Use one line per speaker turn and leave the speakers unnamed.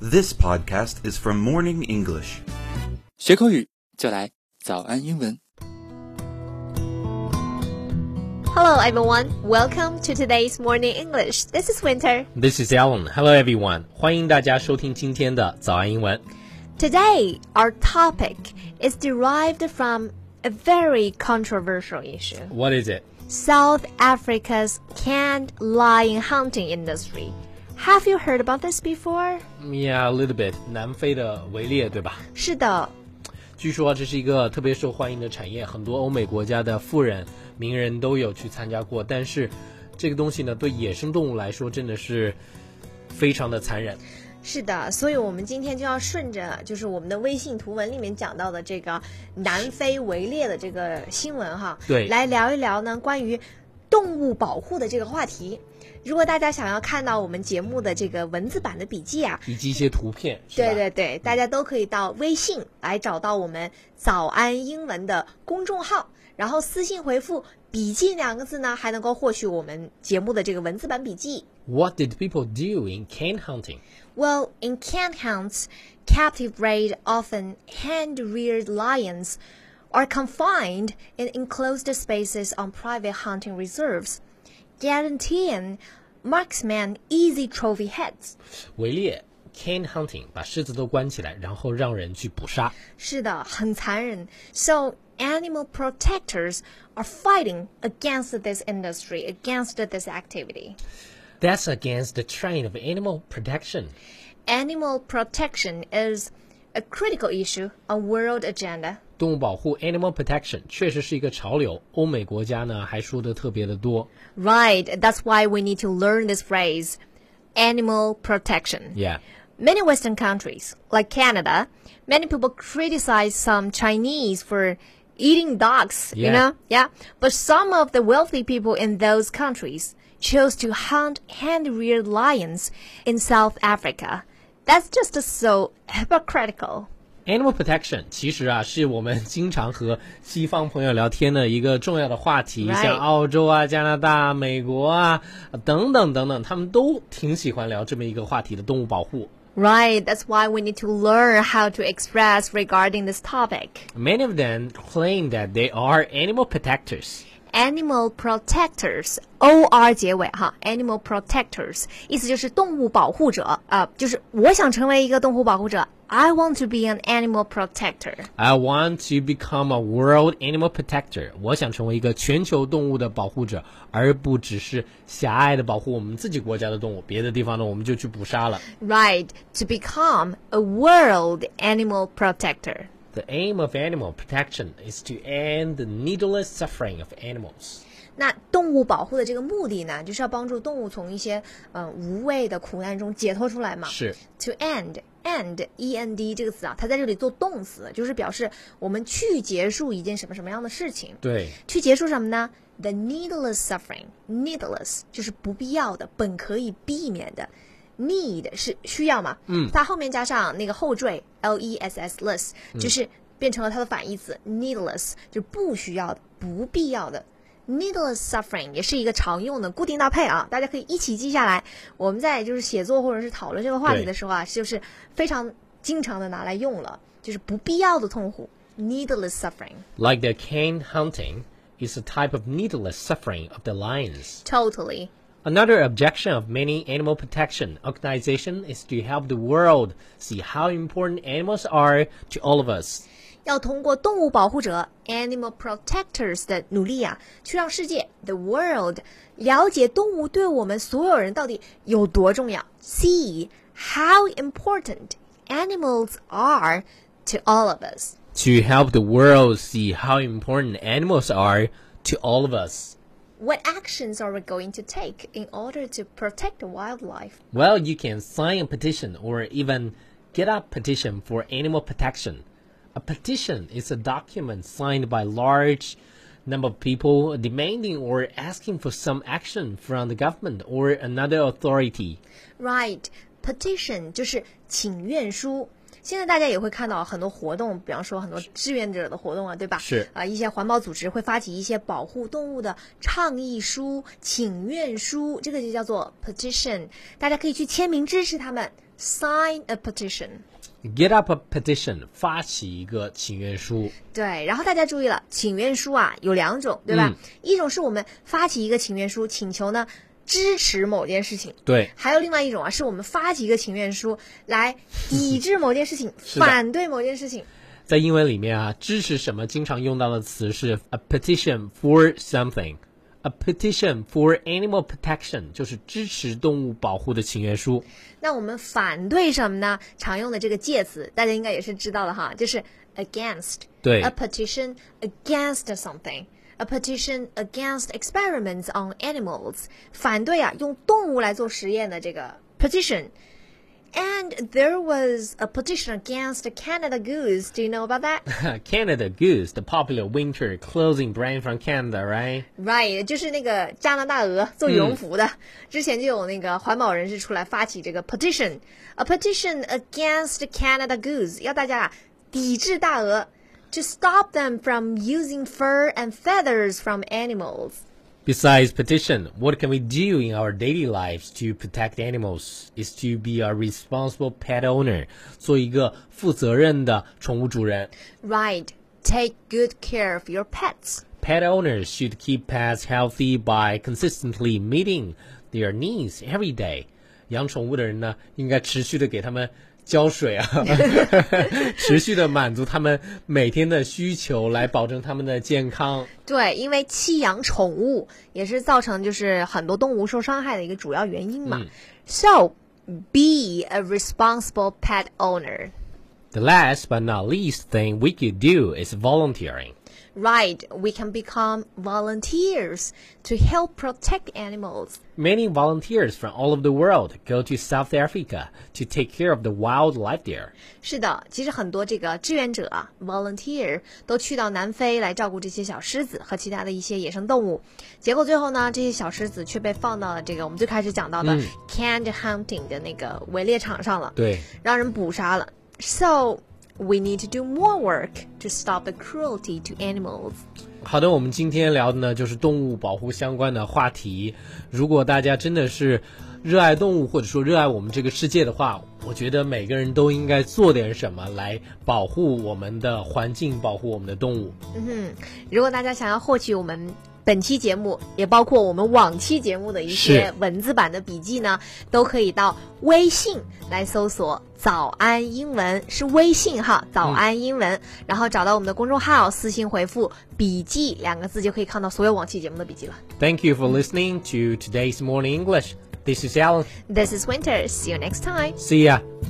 This podcast is from Morning English.
学口语就来早安英文。
Hello, everyone. Welcome to today's Morning English. This is Winter.
This is Alan. Hello, everyone. 欢迎大家收听今天的早安英文。
Today, our topic is derived from a very controversial issue
What is it?
South Africa's canned lion hunting industry. Have you heard about this before?
Yeah, a little bit. 南非的围猎，对吧？
是的，
据说这是一个特别受欢迎的产业，很多欧美国家的富人、名人都有去参加过。但是，这个东西呢，对野生动物来说真的是非常的残忍。
是的，所以我们今天就要顺着就是我们的微信图文里面讲到的这个南非围猎的这个新闻哈，
对
来聊一聊呢关于动物保护的这个话题。如果大家想要看到我们节目的这个文字版的笔记啊，
以及一些图片，是吧
对对对，大家都可以到微信来找到我们“早安英文”的公众号，然后私信回复“笔记”两个字呢，还能够获取我们节目的这个文字版笔记。
What did people do in cane hunting?
Well, in can hunts, captive bred, often hand reared lions are confined in enclosed spaces on private hunting reserves, guaranteeing marksmen easy trophy hits.
围猎 cane hunting，把狮子都关起来，然后让人去捕杀。
So animal protectors are fighting against this industry, against this activity.
That's against the trend of animal protection.
Animal protection is a critical issue on world agenda.
动物保护 （animal protection） 确实是一个潮流，欧美国家呢还说的特别的多。
Right, that's why we need to learn this phrase animal protection.
Yeah,
Many Western countries, like Canada, many people criticize some Chinese for eating dogs, you
Yeah.
know? Yeah. But some of the wealthy people in those countries chose to hunt hand reared lions in South Africa. That's just so hypocritical.
animal protection 其实啊是我们经常和西方朋友聊天的一个重要的话题
Right
像澳洲啊、加拿大、美国啊等等等等，他们都挺喜欢聊这么一个话题的动物保护。
Right, that's why we need to learn how to express regarding this topic.
Many of them claim that they are animal protectors.
Animal protectors o r 结尾哈，animal protectors 意思就是动物保护者啊、呃就是我想成为一个动物保护者，I want to be an animal protector。
I want to become a world animal protector. 我想成为一个全球动物的保护者，而不只是狭隘的保护我们自己国家的动物，别的地方呢我们就去捕杀了。
Right to become a world animal protector。
The aim of animal protection is to end the needless suffering of animals.
那动物保护的这个目的呢，就是要帮助动物从一些嗯、呃无谓的苦难中解脱出来嘛。
是
to end end e n d 这个词啊，它在这里做动词，就是表示我们去结束一件什么什么样的事情。
对
去结束什么呢？The needless suffering. Needless 就是不必要的，本可以避免的。Need 是需要嘛？嗯，它后面加上那个后缀 l e s s less，就是变成了它的反义词 needless，就是不需要的、不必要的。Needless suffering 也是一个常用的固定搭配啊，大家可以一起记下来。我们在就是写作或者是讨论这个话题
对
的时候啊，就是非常经常的拿来用了，就是不必要的痛苦，needless suffering。
，like the cane hunting is a type of needless suffering of the lions.
Totally.
Another objection of many animal protection organizations is to help the world see how important animals are to all of us.
要通过动物保护者 （animal protectors） 的努力啊，去让世界 （the world） 了解动物对我们所有人到底有多重要。See how important animals are to all of us.
to help the world see how important animals are to all of us.
What actions are we going to take in order to protect wildlife?
Well, you can sign a petition or even get a petition for animal protection. A petition is a document signed by large number of people demanding or asking for some action from the government or another authority.
Right, petition 就是请愿书。现在大家也会看到很多活动，比方说很多志愿者的活动啊，对吧？
是
啊、一些环保组织会发起一些保护动物的倡议书、请愿书，这个就叫做 petition。大家可以去签名支持他们 sign a petition。
Get up a petition，发起一个请愿书。
对，然后大家注意了，请愿书啊有两种，对吧？一种是我们发起一个请愿书，请求呢支持某件事情；
对，
还有另外一种啊，是我们发起一个请愿书来抵制某件事 情，
的
反对某件事情。
在英文里面啊，支持什么经常用到的词是 a petition for something。A petition for animal protection 就是支持动物保护的请愿书。
那我们反对什么呢？常用的这个介词，大家应该也是知道的哈，就是 against。
对
A petition against something. A petition against experiments on animals. 反对啊，用动物来做实验的这个 petition. And there was a petition against Canada Goose. Do you know about that?
Canada Goose, the popular winter clothing brand from Canada, right?
Right，就是那个加拿大鹅做羽绒服的，之前就有那个环保人士出来发起这个 petition，a petition against Canada Goose，要大家啊抵制大鹅，to stop them from using fur and feathers from animals。
Besides petition, what can we do in our daily lives to protect animals is to be a responsible pet owner，做一个负责任的宠物主人。
Right，take good care of your pets。
Pet owners should keep pets healthy by consistently meeting their needs every day。养宠物的人呢，应该持续的给他们浇水啊，持续的满足他们每天的需求，来保证他们的健康。
对，因为弃养宠物也是造成就是很多动物受伤害的一个主要原因嘛。So be a responsible pet owner。
The last but not least thing we could do is volunteering.
Right, we can become volunteers to help protect animals.
Many volunteers from all over the world go to South Africa to take care of the wildlife there.
是的，其实很多这个志愿者啊 （volunteer） 都去到南非来照顾这些小狮子和其他的一些野生动物，结果最后呢，这些小狮子却被放到了这个我们最开始讲到的 canned hunting 的那个围猎场上了，
对，
让人捕杀了。So we need to do more work to stop the cruelty to animals.
好的，我们今天聊的呢就是动物保护相关的话题。如果大家真的是热爱动物，或者说热爱我们这个世界的话，我觉得每个人都应该做点什么来保护我们的环境，保护我们的动物。
如果大家想要获取我们本期节目，也包括我们往期节目的一些
是
文字版的笔记呢，都可以到微信来搜索“早安英文”，是微信哈，“早安英文”，然后找到我们的公众号，私信回复“笔记”两个字，就可以看到所有往期节目的笔记了。
Thank you for listening to today's morning English. This is Alan.
This is Winter. See you next time.
See ya.